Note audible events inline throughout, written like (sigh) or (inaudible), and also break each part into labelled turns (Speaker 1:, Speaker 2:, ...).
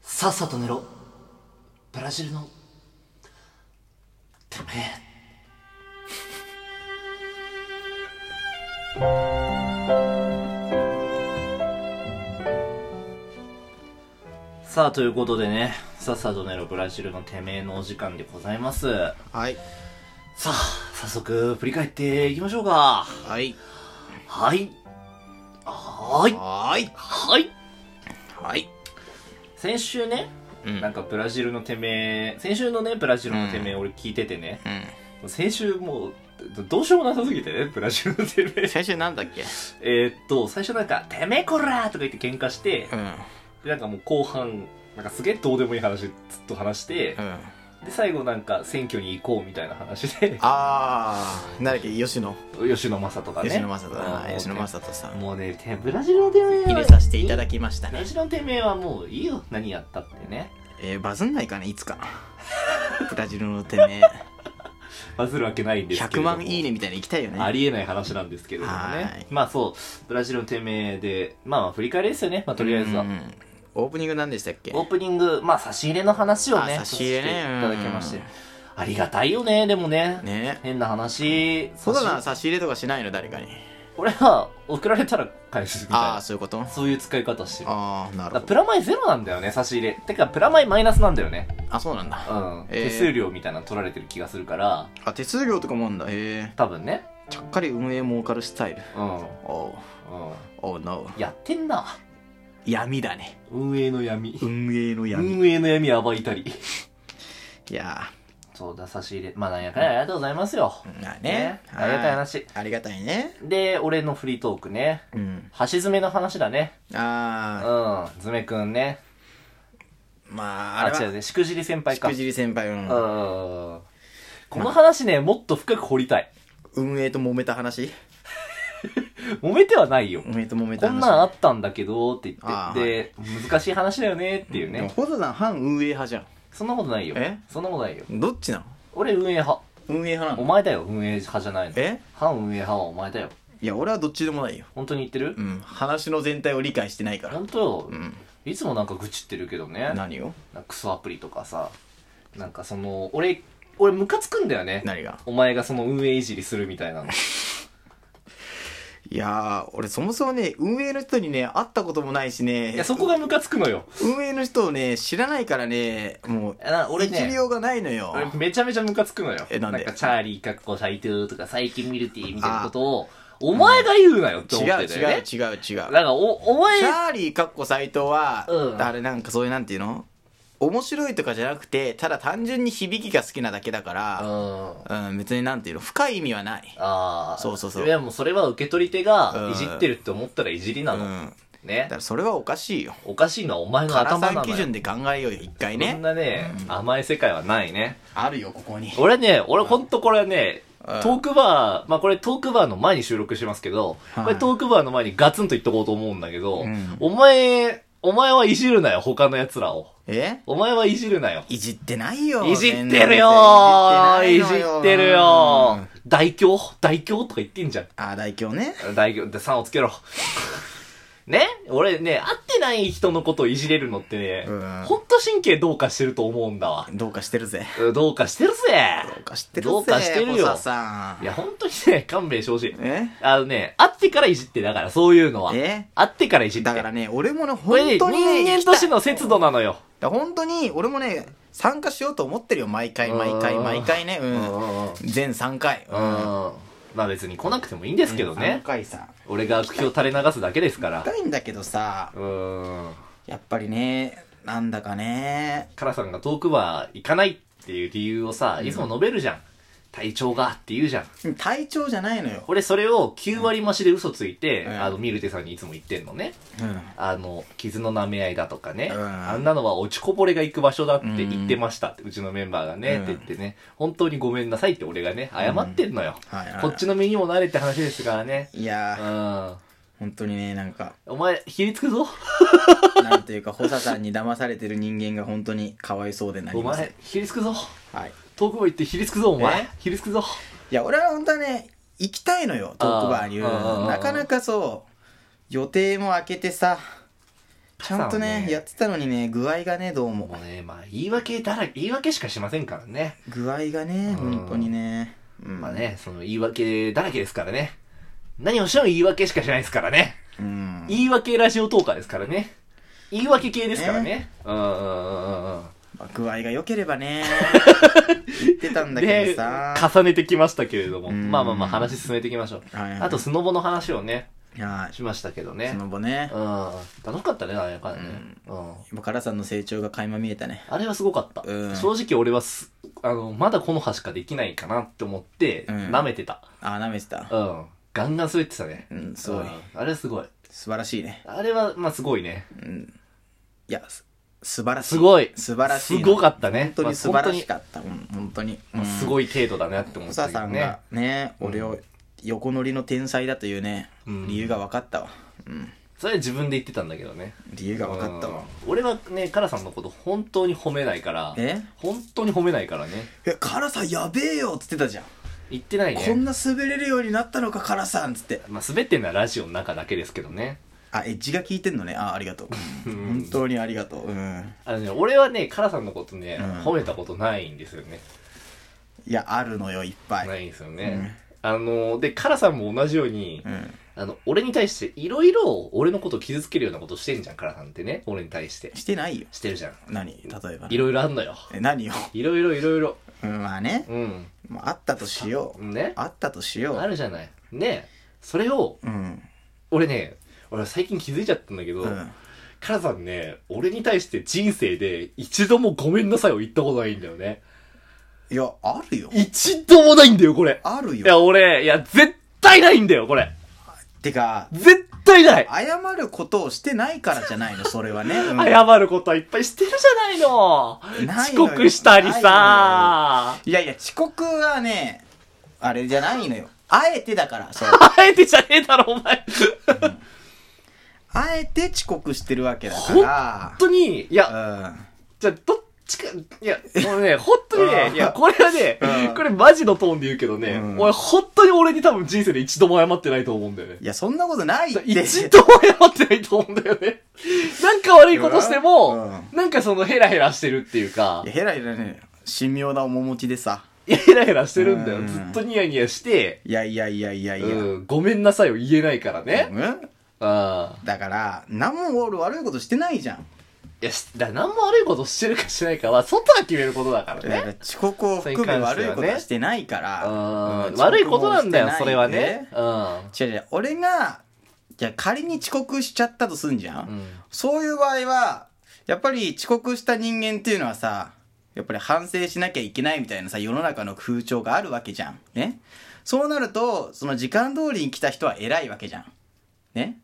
Speaker 1: さっさと寝ろブラジルのてめえさあということでねさっさと寝ろブラジルのてめえのお時間でございます
Speaker 2: はい
Speaker 1: さあ早速振り返っていきましょうか
Speaker 2: はい
Speaker 1: はいはい
Speaker 2: はい
Speaker 1: はい
Speaker 2: はい
Speaker 1: 先週ね
Speaker 2: うん
Speaker 1: なんかブラジルのてめえ先週のねブラジルのてめえ俺聞いててね、先週もうどどうしようもなさすぎてねブラジルのてめ
Speaker 2: うん
Speaker 1: え (laughs)
Speaker 2: 先週なんだっけ
Speaker 1: えーっと最初なんか「てめえこら!」とか言って喧嘩して
Speaker 2: うん
Speaker 1: でなんかもう後半なんかすげえどうでもいい話ずっと話して
Speaker 2: うん
Speaker 1: で最後なんか選挙に行こうみたいな話で (laughs)
Speaker 2: あーなんだっけ吉野
Speaker 1: 吉野正とかね
Speaker 2: 吉野正人だ
Speaker 1: うん
Speaker 2: な吉野正人さん
Speaker 1: もうねてブラジルのてめえは
Speaker 2: 入れさせていただきました
Speaker 1: ブ
Speaker 2: ね
Speaker 1: ラジルのてめえはもういいよ何やったってね
Speaker 2: えー、バズんないかね
Speaker 1: (laughs)
Speaker 2: いつかなブラジルのてめえ
Speaker 1: バズるわけないんですけ
Speaker 2: 100
Speaker 1: れども
Speaker 2: 万いいねみたいなの行きたいよね
Speaker 1: ありえない話なんですけれども
Speaker 2: は
Speaker 1: ね
Speaker 2: い。
Speaker 1: まあそう、ブラジルのてめえで、まあまあ振り返りですよね、まあとりあえずは
Speaker 2: う。んオープニングなんでしたっけ
Speaker 1: オープニング、まあ差し入れの話をね、
Speaker 2: あ差し入れね
Speaker 1: させていただきまして
Speaker 2: うん。
Speaker 1: ありがたいよね、でもね。
Speaker 2: ね
Speaker 1: 変な話。
Speaker 2: そうだ
Speaker 1: 差
Speaker 2: な
Speaker 1: し
Speaker 2: 差し入れとかしないの誰かに
Speaker 1: 俺は送られたら返すみたい
Speaker 2: ああ
Speaker 1: な。
Speaker 2: そういうこと
Speaker 1: そういう使い方してる。だ
Speaker 2: ああなる
Speaker 1: から
Speaker 2: ほ
Speaker 1: プ
Speaker 2: ど
Speaker 1: ラマイゼロなんだよね、差し入れ。てか、プラマイマイナスなんだよね。
Speaker 2: あそうなん
Speaker 1: う
Speaker 2: だ
Speaker 1: ん。
Speaker 2: えー
Speaker 1: 手数料みたいなの取られてる気がするから、
Speaker 2: あ手数料とかもあんだへえ
Speaker 1: 多分ね。
Speaker 2: ちゃっかり運営儲かるスタイル
Speaker 1: うん。うん。
Speaker 2: おうおう no
Speaker 1: やってんな。
Speaker 2: 闇だね
Speaker 1: 運営の闇。
Speaker 2: 運営の闇
Speaker 1: 運営の闇暴いたり。
Speaker 2: いや
Speaker 1: そうだ、差し入れ。まあ、なんやかんやありがとうございますよ。
Speaker 2: ーまあ
Speaker 1: ね
Speaker 2: ね
Speaker 1: ありがたい話
Speaker 2: ありがたいね
Speaker 1: で、俺のフリートークね。
Speaker 2: うん
Speaker 1: 箸詰めの話だね。う
Speaker 2: ああ
Speaker 1: ん。詰めくんね。
Speaker 2: ま
Speaker 1: あ、
Speaker 2: ああれ
Speaker 1: 違う
Speaker 2: は
Speaker 1: ね。しくじり先輩
Speaker 2: し
Speaker 1: か。う
Speaker 2: く
Speaker 1: ん。
Speaker 2: じり先輩の
Speaker 1: この話ね、もっと深く掘りたい。
Speaker 2: 運営と揉めた話
Speaker 1: 揉めてはないよ。
Speaker 2: 運営と揉めた
Speaker 1: こん
Speaker 2: 話
Speaker 1: なんあったんだけど、って言
Speaker 2: あ
Speaker 1: っ
Speaker 2: ー
Speaker 1: て。で、難しい話だよね、っていう
Speaker 2: でも
Speaker 1: ね。
Speaker 2: ホ田さん反運営派じゃ
Speaker 1: そんなことないよ
Speaker 2: え。
Speaker 1: そんなことないよ。
Speaker 2: んどっちなの
Speaker 1: 俺運営派。
Speaker 2: 運営派な
Speaker 1: お
Speaker 2: の
Speaker 1: 前だよ、運営派じゃないの。
Speaker 2: え
Speaker 1: 反運営派はお前だよ。
Speaker 2: いや俺はどっちでもないよ
Speaker 1: 本当に言ってる
Speaker 2: うん話の全体を理解してないから
Speaker 1: 本当よ
Speaker 2: う。ん
Speaker 1: いつもなんか愚痴ってるけどね。
Speaker 2: 何を
Speaker 1: なんかクソアプリとかさなんかその俺俺ムカつくんだよね
Speaker 2: 何が
Speaker 1: お前がその運営いじりするみたい
Speaker 2: (laughs)
Speaker 1: なの
Speaker 2: いやー俺そもそもね運営の人にね会ったこともないし
Speaker 1: い
Speaker 2: ね
Speaker 1: やそこがムカつくのよ
Speaker 2: 運営の人をね知らないからねもう
Speaker 1: な俺ね
Speaker 2: 一秒がないのよ
Speaker 1: 俺めちゃめちゃムカつくのよ
Speaker 2: えなんで
Speaker 1: かチャーリーかっこサイトゥーとか最近見るティーみたいなことをお前が言うなよって
Speaker 2: 違
Speaker 1: 思
Speaker 2: う
Speaker 1: っ
Speaker 2: 違
Speaker 1: てたよね
Speaker 2: う違う違うチャ
Speaker 1: なんかおお前
Speaker 2: ーリーかっこ斎藤は、
Speaker 1: うん
Speaker 2: あれなんかそういうなんていうの面白いとかじゃなくてただ単純に響きが好きなだけだか
Speaker 1: う
Speaker 2: ら、
Speaker 1: ん
Speaker 2: うん別になんていうの深い意味はない、
Speaker 1: ああ
Speaker 2: そうそうそう
Speaker 1: いやもうそれは受け取り手
Speaker 2: う
Speaker 1: が
Speaker 2: ん
Speaker 1: いじってるって思ったらいじり
Speaker 2: う
Speaker 1: なの、
Speaker 2: ん、だ
Speaker 1: ね
Speaker 2: からそれはおかしいよ
Speaker 1: おかしいのはお前の
Speaker 2: 辛
Speaker 1: 頭な
Speaker 2: さ
Speaker 1: の
Speaker 2: 基
Speaker 1: よ
Speaker 2: 準で考えようよ一回
Speaker 1: そん
Speaker 2: ね
Speaker 1: なね、甘い世界はないね
Speaker 2: あるよここに
Speaker 1: 俺ね、俺ほんとこれね、
Speaker 2: うん
Speaker 1: トークバー、まあこれトークバーの前に収録してますけど、
Speaker 2: はい
Speaker 1: これトークバーの前にガツンと言っとこうと思うんだけど、
Speaker 2: うん
Speaker 1: お前、お前はいじるなよ、他の奴らを。
Speaker 2: え
Speaker 1: お前はいじるなよ。
Speaker 2: いじってないよ
Speaker 1: いじってるよーい
Speaker 2: 全然い
Speaker 1: じ
Speaker 2: じってないの
Speaker 1: ってる
Speaker 2: う
Speaker 1: よ
Speaker 2: ん
Speaker 1: ー大凶大凶とか言ってんじゃん。
Speaker 2: あ大凶ね
Speaker 1: 大凶って3をつけろ。 (laughs) ね俺ね、会ってない人のことをいじれるのってね
Speaker 2: うん、
Speaker 1: ほんと神経どうかしてると思うんだわ。
Speaker 2: どうかしてるぜ
Speaker 1: うんどうかしてるぜ
Speaker 2: どうかしてるぜ
Speaker 1: どうかしてるよ
Speaker 2: ホサさん
Speaker 1: いや、ほんとにね、勘弁してほしい。
Speaker 2: え
Speaker 1: あのね、会ってからいじって、だから、そういうのは。
Speaker 2: え
Speaker 1: 会ってからいじって。
Speaker 2: だからね俺もね
Speaker 1: これね、
Speaker 2: 本当にね
Speaker 1: 人間としての節度なのよ。
Speaker 2: だから本当に俺もね参加しようと思ってるよ毎回毎回
Speaker 1: うん
Speaker 2: 毎回ねう
Speaker 1: うんうんうん
Speaker 2: ん全3回
Speaker 1: うん。まあ別に来なくてもいいんですけど
Speaker 2: 3
Speaker 1: ね。
Speaker 2: 回さ
Speaker 1: 俺が悪評垂れ流すだけですから。
Speaker 2: 深いんだけどさ
Speaker 1: うん。
Speaker 2: やっぱりねなんだかね
Speaker 1: カラさんが遠くは行かないっていう理由をさ、いつも述べるじゃん。体調がって言うじゃん。
Speaker 2: 体調じゃないのよ
Speaker 1: 俺それを9割増しで嘘ついて、
Speaker 2: うん
Speaker 1: あの、ミルテさんにいつも言ってんのね。
Speaker 2: うん
Speaker 1: あの、傷の舐め合いだとかね、
Speaker 2: うん
Speaker 1: あんなのは落ちこぼれが行く場所だって言ってましたって、うちのメンバーがね、
Speaker 2: うん
Speaker 1: って言ってね、本当にごめんなさいって俺がね、謝ってんのよ。
Speaker 2: はいはい
Speaker 1: こっちの身にもなれって話ですからね。
Speaker 2: いうや
Speaker 1: ん。
Speaker 2: ー本当にねなんか
Speaker 1: お前、ひりつくぞ。
Speaker 2: なんていうか、ホサさんに騙されてる人間が本当にかわいそうでな
Speaker 1: お
Speaker 2: りません。
Speaker 1: 前、ひりつくぞ。
Speaker 2: はい。
Speaker 1: 遠くも行ってひりつくぞ、お前
Speaker 2: え。
Speaker 1: ひりつくぞ。
Speaker 2: いや、俺は本当はね、行きたいのよ、トークバーに。
Speaker 1: あーあー
Speaker 2: なかなかそう、予定も空けてさ、
Speaker 1: 帰
Speaker 2: ちゃんとねやってたのにね具合がねどうも
Speaker 1: もうね、まあ、言い訳だらけ、言い訳しかしませんからね。
Speaker 2: 具合がね
Speaker 1: うん
Speaker 2: 本当にねうん
Speaker 1: まあね、その言い訳だらけですからね。何をしても言い訳しかしないですからね。
Speaker 2: うん
Speaker 1: 言い訳ラジオトーカーですからね。言い訳系ですからね。うんうんうんうん
Speaker 2: まあ具合が良けれ
Speaker 1: (laughs)
Speaker 2: ばね言ってたんだけど
Speaker 1: で、
Speaker 2: さ
Speaker 1: 重ねてきましたけれども。
Speaker 2: うん
Speaker 1: まあまあまあ話進めていきましょう。
Speaker 2: はいはい
Speaker 1: あと、スノボの話をね、
Speaker 2: はい
Speaker 1: しましたけど
Speaker 2: そ
Speaker 1: ね。
Speaker 2: の後ね
Speaker 1: うん。楽しかったね、あれからね。うん。
Speaker 2: 今からさんの成長が垣間見えたね
Speaker 1: あれはすごかった。
Speaker 2: うん
Speaker 1: 正直俺はす、あの、まだこの葉しかできないかなって思って、
Speaker 2: うん
Speaker 1: 舐めてた。
Speaker 2: ああ舐めてた
Speaker 1: うん。ガンガン滑ってたね。
Speaker 2: うんすごい
Speaker 1: んあれはすごい。
Speaker 2: 素晴らしいね
Speaker 1: あれは、まあすごいね。
Speaker 2: いやす素晴らしい
Speaker 1: すごい
Speaker 2: 素晴らしい
Speaker 1: すごかったね
Speaker 2: 本当に素晴らしかったうん本当に
Speaker 1: まあす
Speaker 2: い
Speaker 1: ごい程度だなって思っ
Speaker 2: 小
Speaker 1: た
Speaker 2: 沢
Speaker 1: けど
Speaker 2: さん
Speaker 1: ね
Speaker 2: が。ね俺を横乗りの天才だというね
Speaker 1: うん
Speaker 2: 理由が分かったわうん
Speaker 1: それは自分で言ってたんだけどね。
Speaker 2: 理由が分かったわ
Speaker 1: うん俺はね、カラさんのこと本当に褒めないから、
Speaker 2: え
Speaker 1: 本当に褒めないからね。
Speaker 2: えカラさんやべえよっつってたじゃん
Speaker 1: 言ってない
Speaker 2: こん
Speaker 1: ね。
Speaker 2: な滑れるようになったのかカラさんっつって
Speaker 1: まあ滑ってんのはラジオの中だけですけどね。
Speaker 2: あエッジが効いてんのねあありがとう本当にありがとううん
Speaker 1: あのね、俺はね、カラさんのことね、
Speaker 2: うん
Speaker 1: 褒めたことないんですよね。
Speaker 2: いやあるのよいっぱい
Speaker 1: ないんですよね。あの、で、カラさんも同じように
Speaker 2: う、ん
Speaker 1: あの、俺に対していろいろ俺のことを傷つけるようなことしてんじゃん、カラさんってね。俺に対して。
Speaker 2: してないよ
Speaker 1: してるじゃん。
Speaker 2: 何例えば
Speaker 1: いろいろあんのよ。
Speaker 2: え何よ
Speaker 1: いろいろいろいろ。
Speaker 2: うんまあね
Speaker 1: うん。
Speaker 2: まああったとしよう
Speaker 1: ね。
Speaker 2: あったとしよ
Speaker 1: あ
Speaker 2: う
Speaker 1: るじゃない。ねそれを、
Speaker 2: うん
Speaker 1: 俺ね、俺最近気づいちゃったんだけど、
Speaker 2: うん
Speaker 1: カラさんね、俺に対して人生で一度もごめんなさいを言ったことないんだよね。
Speaker 2: いやあるよ
Speaker 1: 一度もないんだよ、これ。
Speaker 2: ある
Speaker 1: い
Speaker 2: よ
Speaker 1: や、俺、いや、絶対ないんだよ、これ。
Speaker 2: てか
Speaker 1: 絶対ない。
Speaker 2: 謝ることをしてないからじゃないのそれはね、うん
Speaker 1: 謝ることはいっぱいしてるじゃないの。
Speaker 2: ないのよ
Speaker 1: 遅刻したりさ。
Speaker 2: いやいや遅刻はねあれじゃないのよあえてだからそう
Speaker 1: あえてじゃねえだろ、お前。本
Speaker 2: あえて遅刻してるわけだか
Speaker 1: 当に、いや、
Speaker 2: らうん
Speaker 1: じゃあ、どっちか、いや、もうね、本当に
Speaker 2: う
Speaker 1: ね、
Speaker 2: ん
Speaker 1: いや、これはね
Speaker 2: うん、
Speaker 1: これマジのトーンで言うけどね
Speaker 2: う、ん
Speaker 1: 俺、本当に俺に多分人生で一度も謝ってないと思うんだよね。
Speaker 2: いやそんなことないって
Speaker 1: 一度も謝ってないと思うんだよね。なんか悪いことしても、なんかそのヘラヘラしてるっていうか
Speaker 2: いや、ヘラヘラね神妙な面持ちでさ
Speaker 1: いやヘラヘラしてるんだ
Speaker 2: う
Speaker 1: よ。
Speaker 2: ん
Speaker 1: ずっとニヤニヤして、
Speaker 2: いやいやいやいやいや、
Speaker 1: うんごめんなさいを言えないからね。
Speaker 2: うん
Speaker 1: ああ。
Speaker 2: だから何も俺悪いことしてないじゃん
Speaker 1: いや、しだから何も悪いことしてるかしてないかは、外が決めることだから
Speaker 2: だから
Speaker 1: ね。
Speaker 2: 遅刻を含め悪いことはしてないか
Speaker 1: う
Speaker 2: ら、
Speaker 1: ん。悪いことなんだよ、そ
Speaker 2: 遅刻
Speaker 1: れ
Speaker 2: もし
Speaker 1: は
Speaker 2: てないで
Speaker 1: ね。う
Speaker 2: 違う違う俺がじゃあ仮に遅刻しちゃったとすんじゃん、
Speaker 1: ん。
Speaker 2: そういう場合はやっぱり遅刻した人間っていうのはさやっぱり反省しなきゃいけないみたいなさ世の中の風潮があるわけじゃんねそうなるとその時間通りに来た人は偉いわけじゃんね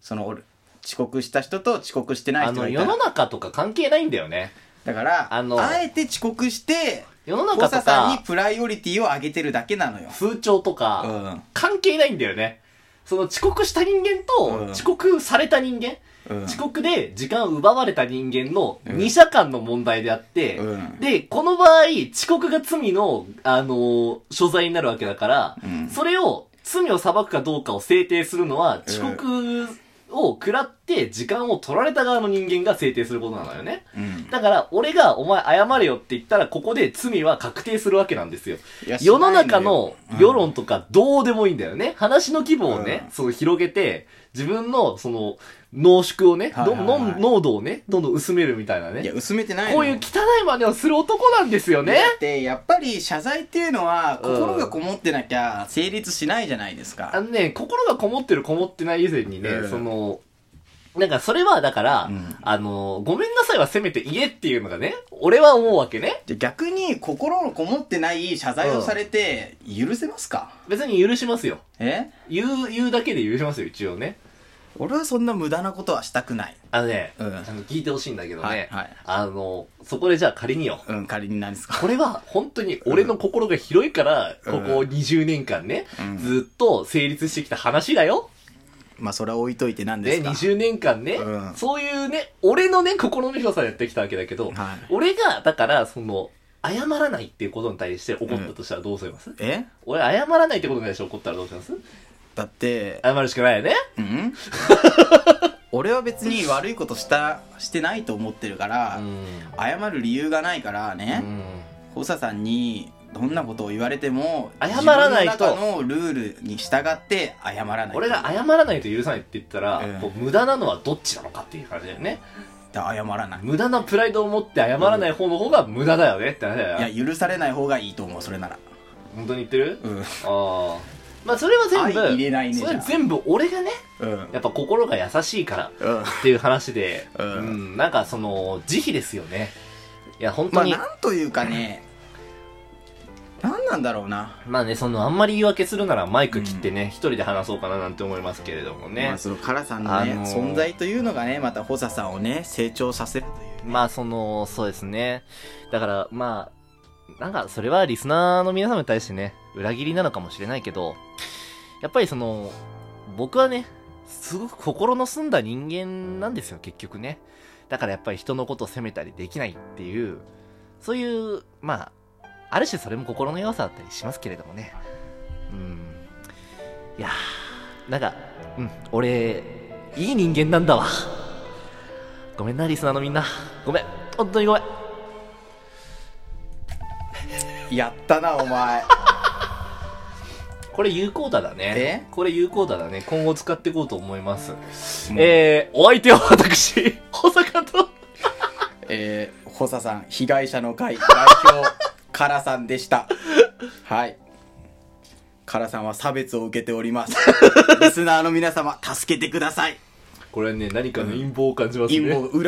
Speaker 2: その俺遅刻した人と遅刻してない
Speaker 1: あ
Speaker 2: 人
Speaker 1: の、
Speaker 2: がい
Speaker 1: 世
Speaker 2: たら
Speaker 1: の中とか関係ないんだよね。
Speaker 2: だから
Speaker 1: あの
Speaker 2: あえて遅刻して
Speaker 1: 世の
Speaker 2: 小
Speaker 1: 中
Speaker 2: 佐
Speaker 1: と
Speaker 2: さんに
Speaker 1: か、
Speaker 2: プライオリティを上げてるだけなのよ
Speaker 1: 風潮と
Speaker 2: うん
Speaker 1: か、関係ないんだよね。その遅刻した人間
Speaker 2: うん
Speaker 1: と、遅刻された人間、
Speaker 2: うん
Speaker 1: 遅刻で時間を奪われた人間の二者間の問題であって、
Speaker 2: うん
Speaker 1: で、この場合、遅刻が罪の、あのー所在になるわけだから、
Speaker 2: うん
Speaker 1: それを、罪を裁くかどうかを制定するのは、遅刻を食らって時間を取られた側の人間が制定することなのよね。
Speaker 2: うん
Speaker 1: だから、俺が、お前謝れよって言ったら、ここで罪は確定するわけなんですよ
Speaker 2: いや。
Speaker 1: 世の中の
Speaker 2: しないんだよ
Speaker 1: 世論とかどうでもいいんだよね。話の規模をね
Speaker 2: う、ん
Speaker 1: その広げて、自分の、その、濃縮をね、
Speaker 2: はい
Speaker 1: ど
Speaker 2: はいはい
Speaker 1: 濃濃度をね、どんどん薄めるみたいない
Speaker 2: や
Speaker 1: ね。
Speaker 2: 薄めてないの
Speaker 1: こういう汚い真似をする男なんですよね。
Speaker 2: でやっぱり謝罪っていうのは心がこもってなきゃ成立しないじゃないです
Speaker 1: あ
Speaker 2: か、
Speaker 1: のね、心がこもってるこもってない以前にね、
Speaker 2: うん
Speaker 1: その、なんかそれはだから、
Speaker 2: うん
Speaker 1: あの、ごめんなさいはせめて言えっていうのがね、俺は思うわけね。
Speaker 2: じゃあ逆に心のこもってない謝罪をされて許せますか、
Speaker 1: 別に許しますよ。
Speaker 2: え
Speaker 1: 言う、言うだけで許しますよ、一応ね。
Speaker 2: 俺はそんな無駄なことはしたくない
Speaker 1: あのね、
Speaker 2: うん
Speaker 1: あの聞いてほしいんだけどね、
Speaker 2: はいはい
Speaker 1: あの、そこでじゃあ仮によ。
Speaker 2: うん仮に何ですか
Speaker 1: これは本当に俺の心が広いから、
Speaker 2: うん
Speaker 1: ここ20年間ね、
Speaker 2: うん
Speaker 1: ずっと成立してきた話だよ。
Speaker 2: まあそれは置いといて何で
Speaker 1: ね、
Speaker 2: すか、
Speaker 1: 20年間ね、
Speaker 2: うん
Speaker 1: そういうね、俺のね、心の広さでやってきたわけだけど、
Speaker 2: はい
Speaker 1: 俺が、だから、その、謝らないっていうことに対して怒ったとしたらどうすれます、
Speaker 2: え
Speaker 1: 俺、謝らないってことに対して怒ったらどうします
Speaker 2: だって
Speaker 1: (laughs) 謝るしかないよね
Speaker 2: うん俺は別に悪いことしたしてないと思ってるから、謝る理由がないから
Speaker 1: う
Speaker 2: ね、
Speaker 1: ん
Speaker 2: コサさんにどんなことを言われても
Speaker 1: 謝らないと
Speaker 2: 自分の中のルールに従って謝らない
Speaker 1: 俺が謝らないと許さないって言ったら、
Speaker 2: うん
Speaker 1: こう無駄なのはどっちなのかっていう感じだよね
Speaker 2: 謝らない
Speaker 1: 無駄なプライドを持って謝らない方の方が無駄だよねって話だよ、
Speaker 2: いや許されない方がいいと思うそれなら
Speaker 1: 本当に言ってる、
Speaker 2: う
Speaker 1: あ
Speaker 2: ん
Speaker 1: あまあそれは全部
Speaker 2: 相入れないね
Speaker 1: それは
Speaker 2: じゃ
Speaker 1: 全部俺がね
Speaker 2: うん
Speaker 1: やっぱ心が優しいから
Speaker 2: うん
Speaker 1: っていう話で、
Speaker 2: うん
Speaker 1: んなんかその慈悲ですよねいや本
Speaker 2: ま
Speaker 1: 当
Speaker 2: あ
Speaker 1: に、ま
Speaker 2: なんというかねなんなんだろうな
Speaker 1: あ、ねそのあんまり言い訳するならマイク切ってね、一人で話そうかななんて思いますけれどもね、
Speaker 2: まあそのカラさんのね、
Speaker 1: あのー
Speaker 2: 存在というのがねまたホサさんをね成長させるという
Speaker 1: まあその、そうですね。だからまあ、なんかそれはリスナーの皆様に対してね、裏切りなのかもしれないけど、やっぱりその、僕はね、すごく心の澄んだ人間なんですよ、結局ね。だからやっぱり人のことを責めたりできないっていう、そういう、まあ、ある種それも心の弱さだったりしますけれどもね。うん。いやー、なんか、うん、俺、いい人間なんだわ。ごめんな、リスナーのみんな。ごめん。本当にごめん。
Speaker 2: やったな
Speaker 1: (laughs)
Speaker 2: お前
Speaker 1: これ有効打だね。これ有効打だね。今後使っていこうと思います。えー、お相手は私、保坂と。
Speaker 2: えー、ホサさん被害者の会代表カラさんでしたはいカラさんは差別を受けておりますリスナーの皆様助けてください
Speaker 1: これはね、何かの陰謀を感じますね。
Speaker 2: 陰謀裏